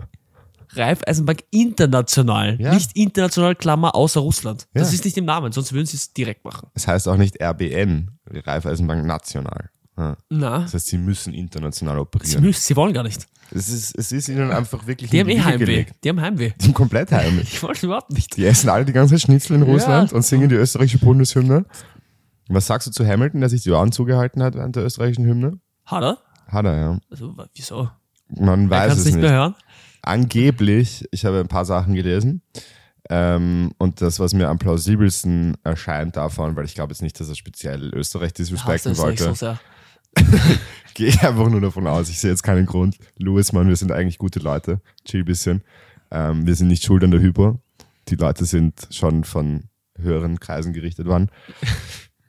S1: Raiffeisenbank international,
S2: Ja.
S1: nicht international Klammer außer Russland. Das
S2: Ja.
S1: ist nicht im Namen, sonst würden sie es direkt machen.
S2: Es heißt auch nicht RBN, die Raiffeisenbank National. Ja.
S1: Na,
S2: Das heißt, sie müssen international
S1: sie
S2: operieren.
S1: müssen, sie wollen gar nicht.
S2: Es ist, es ist ihnen einfach wirklich
S1: Die
S2: in
S1: haben eh
S2: Wiege
S1: Heimweh.
S2: gelegt.
S1: Die haben Heimweh.
S2: Die sind komplett heimlich.
S1: Ich wollte überhaupt nicht.
S2: Die essen alle die ganze Zeit Schnitzel in
S1: Ja.
S2: Russland und singen die österreichische Bundeshymne. Was sagst du zu Hamilton, der sich die Ohren zugehalten hat während der österreichischen Hymne?
S1: Hat er?
S2: Hat er, ja.
S1: Also, wa- wieso?
S2: Man
S1: Er kann
S2: weiß
S1: es
S2: es
S1: nicht
S2: nicht.
S1: mehr hören. Ah,
S2: Angeblich, ich habe ein paar Sachen gelesen. Ähm, und das, was mir am plausibelsten erscheint davon, weil ich glaube jetzt nicht, dass er speziell Österreich
S1: Hasst
S2: disrespekten
S1: es nicht so
S2: wollte,
S1: sehr.
S2: gehe ich einfach nur davon aus. Ich sehe jetzt keinen Grund. Louis, Mann, wir sind eigentlich gute Leute. Chill bisschen. Ähm, wir sind nicht schuld an der Hypo. Die Leute sind schon von höheren Kreisen gerichtet worden.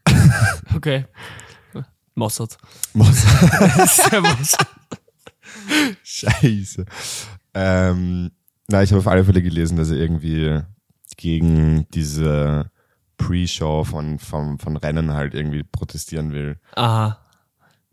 S1: Okay. Mossad.
S2: Muss-
S1: Servus.
S2: Scheiße. Ähm, na, ich habe auf alle Fälle gelesen, dass er irgendwie gegen diese Pre-Show von, von, von Rennen halt irgendwie protestieren will.
S1: Aha.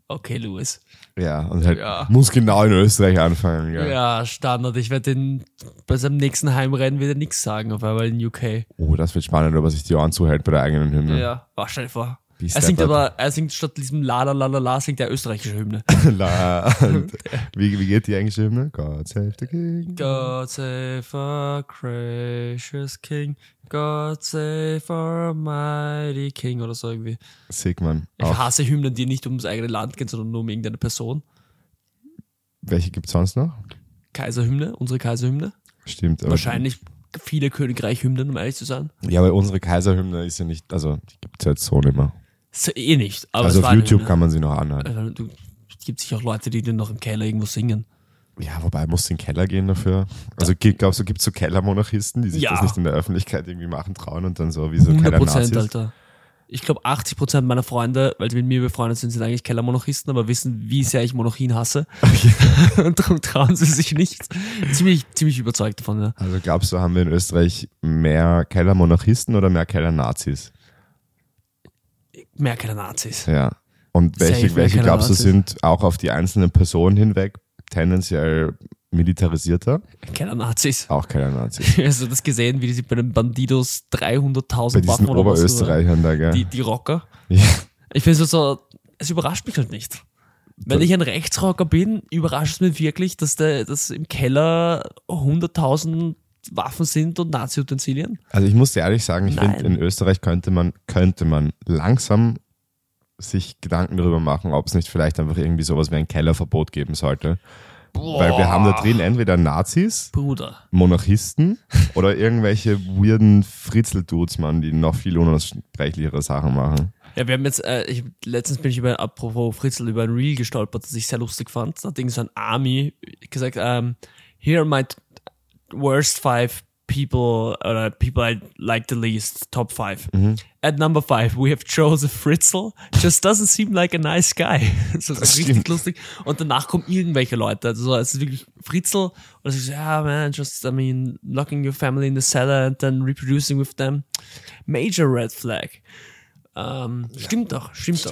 S1: Okay, Louis.
S2: Ja, und halt
S1: Ja.
S2: muss genau in Österreich anfangen. Ja.
S1: Ja, Standard. Ich werde den bei seinem nächsten Heimrennen wieder nichts sagen, auf einmal in UK.
S2: Oh, das wird spannend, ob er sich die Ohren zuhält bei der eigenen
S1: Ja,
S2: Hymne.
S1: war schnell vor.
S2: Wie
S1: Er singt
S2: steppert.
S1: aber, er singt statt diesem La La La La La, singt er österreichische Hymne.
S2: La- wie, wie geht die englische Hymne? God save the king.
S1: God save our gracious King, God save our mighty King oder so irgendwie.
S2: Sigman.
S1: Ich hasse Hymnen, die nicht ums eigene Land gehen, sondern nur um irgendeine Person.
S2: Welche gibt's sonst noch?
S1: Kaiserhymne, unsere Kaiserhymne.
S2: Stimmt. aber-
S1: Wahrscheinlich viele Königreich-Hymnen, um ehrlich zu sein.
S2: Ja, aber unsere Kaiserhymne ist ja nicht, also die gibt's ja jetzt so nicht mehr.
S1: So, eh nicht. Aber
S2: also
S1: es war
S2: auf
S1: eine
S2: YouTube
S1: Hymne.
S2: kann man sie noch anhören.
S1: Also, du- Es gibt sicher auch Leute, die dann noch im Keller irgendwo singen.
S2: Ja, wobei musst du in den Keller gehen dafür. Also gibt glaubst du, gibt's so Kellermonarchisten, die sich
S1: Ja.
S2: das nicht in der Öffentlichkeit irgendwie machen trauen und dann so wie so keiner
S1: 100%
S2: Also Nazis.
S1: Alter. Ich glaube, 80% meiner Freunde, weil die mit mir befreundet sind, sind eigentlich Kellermonarchisten, aber wissen, wie sehr ich Monarchien hasse. Und darum trauen sie sich nicht. Ziemlich, ziemlich überzeugt davon, ja.
S2: Also glaubst du, haben wir in Österreich mehr Kellermonarchisten oder mehr Keller-Nazis?
S1: Mehr keine Nazis.
S2: Ja. Und
S1: Safe
S2: welche,
S1: mehr
S2: welche
S1: Keller
S2: glaubst du,
S1: Nazis.
S2: sind auch auf die einzelnen Personen hinweg tendenziell militarisierter?
S1: Keine Nazis.
S2: Auch Keller-Nazis.
S1: Also das gesehen, wie die sich bei den Bandidos 300.000
S2: Bei diesen
S1: Waffen oder was,
S2: Oberösterreichern da,
S1: oder? Die,
S2: gell?
S1: die Rocker.
S2: Ja.
S1: Ich bin so, so, es überrascht mich halt nicht. Wenn ich ein Rechtsrocker bin, überrascht es mich wirklich, dass, der, dass im Keller 100.000 Waffen sind und Nazi-Utensilien.
S2: Also ich muss dir ehrlich sagen, ich
S1: Nein.
S2: finde, in Österreich könnte man, könnte man langsam sich Gedanken darüber machen, ob es nicht vielleicht einfach irgendwie sowas wie ein Kellerverbot geben sollte. Weil wir haben da drin entweder Nazis,
S1: Bruder.
S2: Monarchisten oder irgendwelche weirden Fritzel-Dudes, Mann, die noch viel unaussprechlichere Sachen machen.
S1: Ja, wir haben jetzt, äh, ich, letztens bin ich über, apropos Fritzl, über ein Reel gestolpert, das ich sehr lustig fand. Da hat irgend so ein Army gesagt, ähm, here are my t- worst five people, oder people I like the least, top five. At number five, we have Joseph Fritzl. Just doesn't seem like a nice guy. Das ist richtig
S2: stimmt.
S1: lustig. Und danach kommen irgendwelche Leute. Also so, es ist wirklich Fritzl. Und es ist so, ja, man, just, I mean, locking your family in the cellar and then reproducing with them. Major red flag. Ähm, Stimmt doch, stimmt, doch.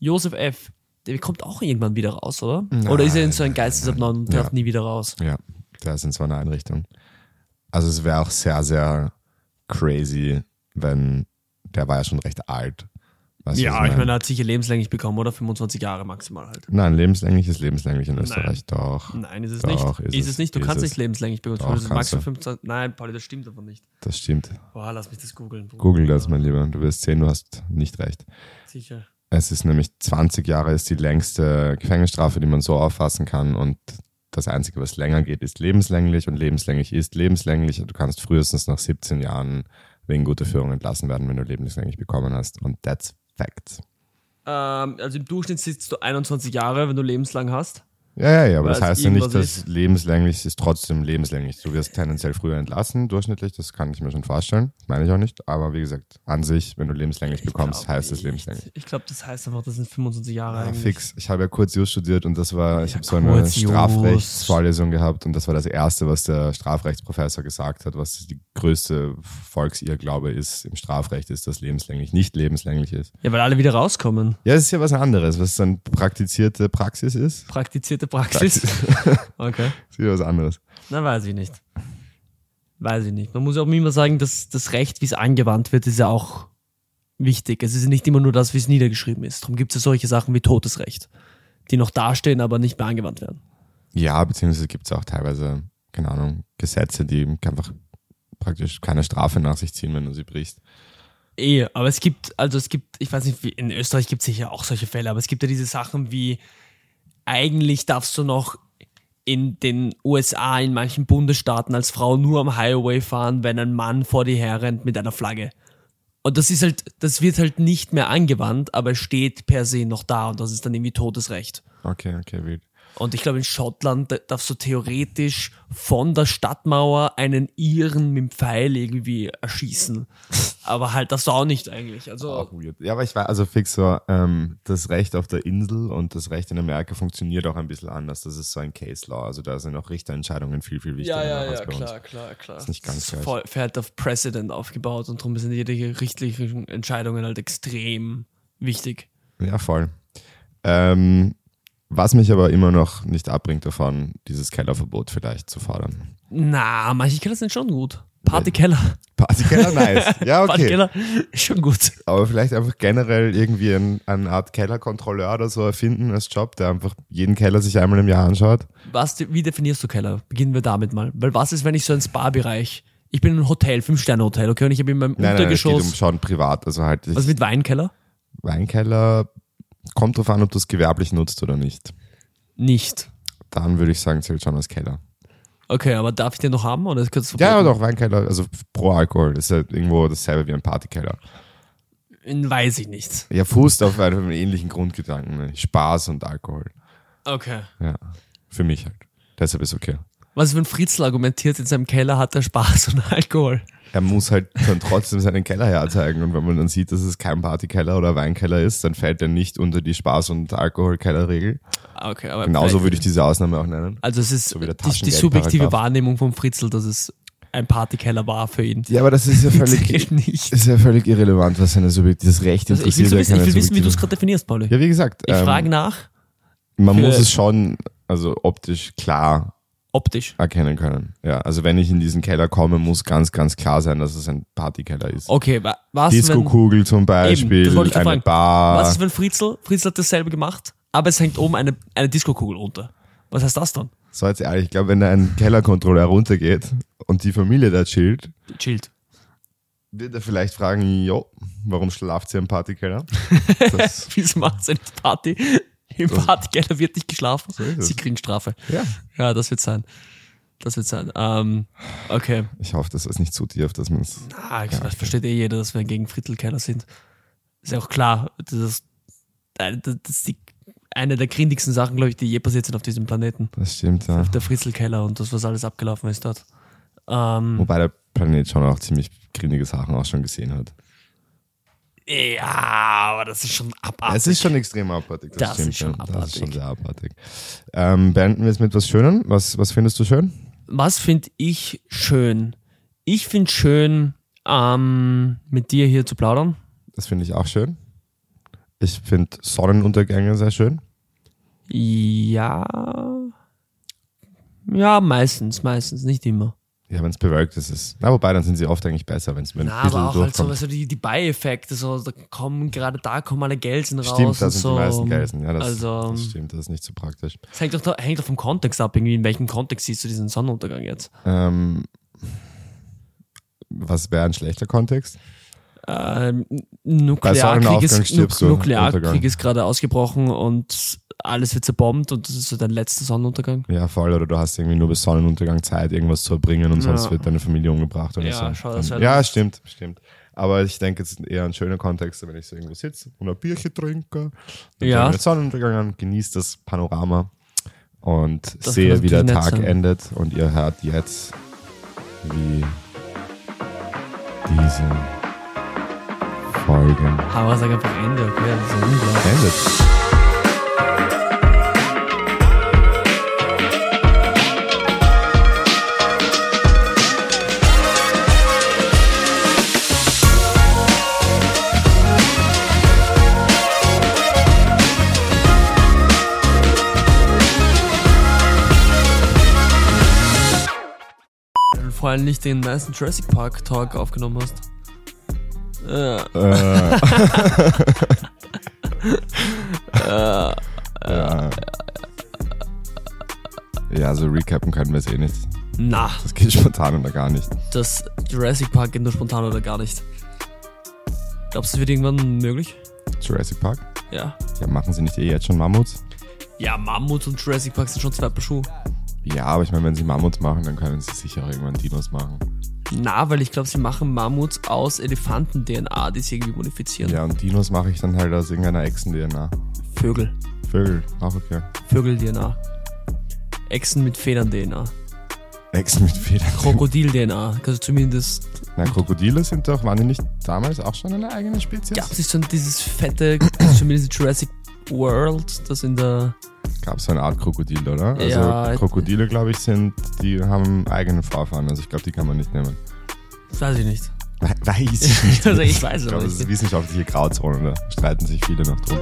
S1: Josef F., der kommt auch irgendwann wieder raus, oder? oder ist er in so ein Geistesabnorm und darf nie wieder raus?
S2: Ja, da sind zwar eine Einrichtung. Also es wäre auch sehr, sehr crazy, wenn der war ja schon recht alt. Weißt du, was
S1: Ja, ich meine, er hat sicher lebenslänglich bekommen, oder? 25 Jahre maximal halt.
S2: Nein, lebenslänglich ist lebenslänglich in Österreich, doch.
S1: Nein, ist es
S2: Doch,
S1: nicht.
S2: ist
S1: Ist,
S2: es,
S1: es nicht. Du
S2: ist
S1: kannst
S2: es.
S1: nicht lebenslänglich bekommen.
S2: Doch,
S1: das ist
S2: kannst du.
S1: maximal 25. Nein, Pauli, das stimmt aber nicht.
S2: Das stimmt.
S1: Boah, lass mich das googeln. Bruder.
S2: Google das, mein Lieber. Du wirst sehen, du hast nicht recht.
S1: Sicher.
S2: Es ist nämlich 20 Jahre ist die längste Gefängnisstrafe, die man so auffassen kann. Und das Einzige, was länger geht, ist lebenslänglich. Und lebenslänglich ist lebenslänglich. Du kannst frühestens nach 17 Jahren wegen guter Führung entlassen werden, wenn du lebenslänglich bekommen hast. Und that's facts.
S1: Ähm, also im Durchschnitt sitzt du 21 Jahre, wenn du lebenslang hast.
S2: Ja, ja, ja, aber
S1: Weil
S2: das
S1: es
S2: heißt ja nicht,
S1: irgendwas
S2: dass lebenslänglich ist trotzdem lebenslänglich. Du wirst tendenziell früher entlassen, durchschnittlich, das kann ich mir schon vorstellen. Das meine ich auch nicht. Aber wie gesagt, an sich, wenn du lebenslänglich bekommst,
S1: Glaub
S2: heißt es
S1: nicht.
S2: lebenslänglich.
S1: Ich glaube, das heißt einfach, das sind 25 Jahre
S2: Ja,
S1: eigentlich.
S2: fix. Ich habe ja kurz Jus studiert und das war, ich
S1: Ja,
S2: habe so eine
S1: kurz Jus.
S2: Strafrechtsvorlesung gehabt und das war das Erste, was der Strafrechtsprofessor gesagt hat, was die größte Volksirrglaube ist im Strafrecht, ist, dass lebenslänglich nicht lebenslänglich ist.
S1: Ja, weil alle wieder rauskommen.
S2: Ja, es ist ja was anderes, was dann praktizierte Praxis ist.
S1: Praktizierte Praxis. okay.
S2: Das ist wieder was anderes.
S1: Na, weiß ich nicht. Weiß ich nicht. Man muss ja auch immer sagen, dass das Recht, wie es angewandt wird, ist ja auch wichtig. Es ist nicht immer nur das, wie es niedergeschrieben ist. Darum gibt es ja solche Sachen wie Todesrecht, die noch dastehen, aber nicht mehr angewandt werden.
S2: Ja, beziehungsweise gibt es auch teilweise, keine Ahnung, Gesetze, die einfach praktisch keine Strafe nach sich ziehen, wenn du sie brichst.
S1: Eh, aber es gibt, also es gibt, ich weiß nicht, wie, in Österreich gibt es sicher auch solche Fälle, aber es gibt ja diese Sachen wie, eigentlich darfst du noch in den USA, in manchen Bundesstaaten als Frau nur am Highway fahren, wenn ein Mann vor dir herrennt mit einer Flagge. Und das ist halt, das wird halt nicht mehr angewandt, aber es steht per se noch da und das ist dann irgendwie Todesrecht.
S2: Okay, okay, wild.
S1: Und ich glaube, in Schottland da- darfst du theoretisch von der Stadtmauer einen Iren mit dem Pfeil irgendwie erschießen. Aber halt darfst du auch nicht eigentlich. Also,
S2: Auch weird. Ja, aber ich war also fix so, ähm, das Recht auf der Insel und das Recht in Amerika funktioniert auch ein bisschen anders. Das ist so ein Case Law. Also da sind auch Richterentscheidungen viel, viel wichtiger als bei uns.
S1: klar, klar. Ist
S2: nicht ganz gleich.
S1: voll, fährt auf Precedent aufgebaut und darum sind jede richtlichen Entscheidungen halt extrem wichtig.
S2: Ja, voll. Ähm, was mich aber immer noch nicht abbringt davon, dieses Kellerverbot vielleicht zu fordern.
S1: Na, manche Keller sind schon gut. Partykeller.
S2: Partykeller, nice. Ja, okay.
S1: Partykeller ist schon gut.
S2: Aber vielleicht einfach generell irgendwie ein, eine Art Kellerkontrolleur oder so erfinden als Job, der einfach jeden Keller sich einmal im Jahr anschaut.
S1: Was, de- wie definierst du Keller? Beginnen wir damit mal. Weil was ist, wenn ich so einen Spa-Bereich, ich bin in einem Hotel, Fünf-Sterne-Hotel, okay, und ich habe in meinem
S2: Nein, nein, nein, es geht
S1: Untergeschoss,
S2: um schon privat. Also halt, ich,
S1: was mit Weinkeller?
S2: Weinkeller kommt drauf an, ob du es gewerblich nutzt oder nicht.
S1: Nicht.
S2: Dann würde ich sagen, zählt schon als Keller.
S1: Okay, aber darf ich den noch haben oder ist kurz
S2: Ja, aber doch, Weinkeller, also pro Alkohol, das ist ja irgendwo dasselbe wie ein Partykeller.
S1: Weiß ich nicht.
S2: Ja, fußt auf einem ähnlichen Grundgedanken, ne? Spaß und Alkohol.
S1: Okay.
S2: Ja, für mich halt. Deshalb ist okay.
S1: Was ist, wenn Fritzl argumentiert, in seinem Keller hat er Spaß und Alkohol?
S2: Er muss halt dann trotzdem seinen Keller herzeigen und wenn man dann sieht, dass es kein Partykeller oder Weinkeller ist, dann fällt er nicht unter die Spaß- und Alkoholkellerregel.
S1: Ah, Okay, aber
S2: Genauso
S1: vielleicht-
S2: würde ich diese Ausnahme auch nennen.
S1: Also es ist
S2: wie der
S1: die, die
S2: Taschengeld-
S1: subjektive
S2: Paragraph.
S1: Wahrnehmung von Fritzl, dass es ein Partykeller war für ihn.
S2: Ja, aber das ist ja
S1: Zählt nicht.
S2: ist ja völlig irrelevant, was eine subjektive das Recht
S1: Also ich will,
S2: interessiert.
S1: so
S2: ja
S1: wissen, ich
S2: keine
S1: will wissen, wie du es
S2: subjektive-
S1: gerade definierst, Pauli.
S2: Ja, wie gesagt,
S1: ich
S2: ähm,
S1: frage nach,
S2: man
S1: für-
S2: muss es schon also optisch klar
S1: optisch.
S2: erkennen können. Ja, also wenn ich in diesen Keller komme, muss ganz, ganz klar sein, dass es ein Partykeller ist.
S1: Okay, wa was, wenn,
S2: Disco-Kugel zum Beispiel,
S1: das wollte ich
S2: eine
S1: gerade fragen.
S2: Bar.
S1: was ist, wenn Fritzl, Fritzl hat dasselbe gemacht, aber es hängt oben eine, eine Diskokugel runter. Was heißt das dann?
S2: So jetzt ehrlich, ich glaube, wenn da ein Kellerkontrolleur runtergeht und die Familie da chillt,
S1: Chillt.
S2: wird er vielleicht fragen, jo, warum schlaft ihr im Partykeller? Das,
S1: Wieso macht sie nicht Party? Im Partykeller wird nicht geschlafen.
S2: So ist es.
S1: Sie kriegen Strafe.
S2: ja.
S1: Ja, das wird sein. Das wird sein. Ähm, okay.
S2: Ich hoffe, das ist nicht zu tief, dass man es...
S1: Ah, ich, das versteht eh jeder, dass wir gegen Frittelkeller sind. Ist ja auch klar, das ist, äh, das ist die, eine der grindigsten Sachen, glaube ich, die je passiert sind auf diesem Planeten.
S2: Das stimmt, ja.
S1: Der Fritzelkeller und das, was alles abgelaufen ist dort. Ähm,
S2: Wobei der Planet schon auch ziemlich grindige Sachen auch schon gesehen hat.
S1: ja, aber das ist schon abartig.
S2: Es ist schon extrem abartig.
S1: Das ist schon
S2: ja. Das ist
S1: abartig.
S2: schon sehr abartig. Ähm, beenden wir es mit was Schönem. Was, was findest du schön?
S1: Was finde ich schön? Ich finde schön, ähm, mit dir hier zu plaudern.
S2: Das finde ich auch schön. Ich finde Sonnenuntergänge sehr schön.
S1: Ja. Ja, meistens, meistens, nicht immer.
S2: Ja, wenn es bewölkt ist, ist. Na, wobei, dann sind sie oft eigentlich besser, wenn's- wenn es
S1: Na,
S2: ein bisschen
S1: aber auch halt so
S2: durchkommt.
S1: also die, die Beieffekte, so, da kommen gerade da kommen alle Gelsen raus.
S2: stimmt,
S1: und
S2: das sind
S1: so.
S2: die meisten Gelsen. Ja, das,
S1: also,
S2: das stimmt, das ist nicht so praktisch.
S1: es hängt doch, da- hängt doch vom Kontext ab, irgendwie, in welchem Kontext siehst du diesen Sonnenuntergang jetzt?
S2: Ähm, was wäre ein schlechter Kontext?
S1: Ähm, Nuklearkrieg,
S2: Sonnenaufgang
S1: ist,
S2: stirbst
S1: Nuk
S2: du,
S1: Nuklearkrieg
S2: Untergang.
S1: ist gerade ausgebrochen und alles wird zerbombt und das ist so dein letzter Sonnenuntergang.
S2: Ja, voll, oder du hast irgendwie nur bis Sonnenuntergang Zeit, irgendwas zu erbringen und sonst
S1: Ja.
S2: wird deine Familie umgebracht oder
S1: Ja,
S2: so.
S1: schau, das
S2: Dann-
S1: wäre
S2: ja,
S1: lustig.
S2: stimmt, stimmt. Aber ich denke, es ist eher ein schöner Kontext, wenn ich so irgendwo sitze und ein Bierchen trinke, dann
S1: Ja.
S2: schaue ich den Sonnenuntergang an, genieße das Panorama und
S1: Das kann
S2: sehe, wie der
S1: natürlich nett
S2: Tag
S1: sein.
S2: endet und ihr hört jetzt, wie diese Folge
S1: Aber sag einfach Ende, okay? Das ist ja unglaublich.
S2: endet.
S1: Weil du Vor allem nicht den nice Jurassic Park Talk aufgenommen hast. Äh, äh,
S2: Äh, ja. ja, so recappen können wir es eh nicht.
S1: na,
S2: Das geht spontan oder gar nicht.
S1: das Jurassic Park geht nur spontan oder gar nicht. Glaubst du, es wird irgendwann möglich?
S2: Jurassic Park?
S1: Ja.
S2: Ja, machen sie nicht eh jetzt schon Mammuts?
S1: Ja, Mammut und Jurassic Park sind schon zwei Paar Schuhe.
S2: Ja, aber ich meine, wenn sie Mammuts machen, dann können sie sicher auch irgendwann Dinos machen.
S1: Na, weil ich glaube, sie machen Mammuts aus Elefanten-DNA, die sie irgendwie modifizieren.
S2: Ja, und Dinos mache ich dann halt aus irgendeiner Echsen-DNA.
S1: Vögel.
S2: Vögel, auch okay.
S1: Vögel-DNA. Echsen mit Federn-DNA.
S2: Echsen mit Federn.
S1: Krokodil-DNA. Also zumindest
S2: Na, Krokodile sind doch, waren die nicht damals auch schon eine eigene Spezies?
S1: gab es nicht so dieses fette, zumindest Jurassic World, das in der
S2: Gab so eine Art Krokodil, oder?
S1: Ja.
S2: Also Krokodile, glaube ich, sind, die haben eigenen Vorfahren. Also ich glaube, die kann man nicht nehmen.
S1: Weiß ich nicht.
S2: We- Weiß ich nicht.
S1: Also ich weiß es
S2: ich glaube,
S1: aber
S2: das ist
S1: nicht.
S2: wissenschaftliche Grauzone, da streiten sich viele noch drum.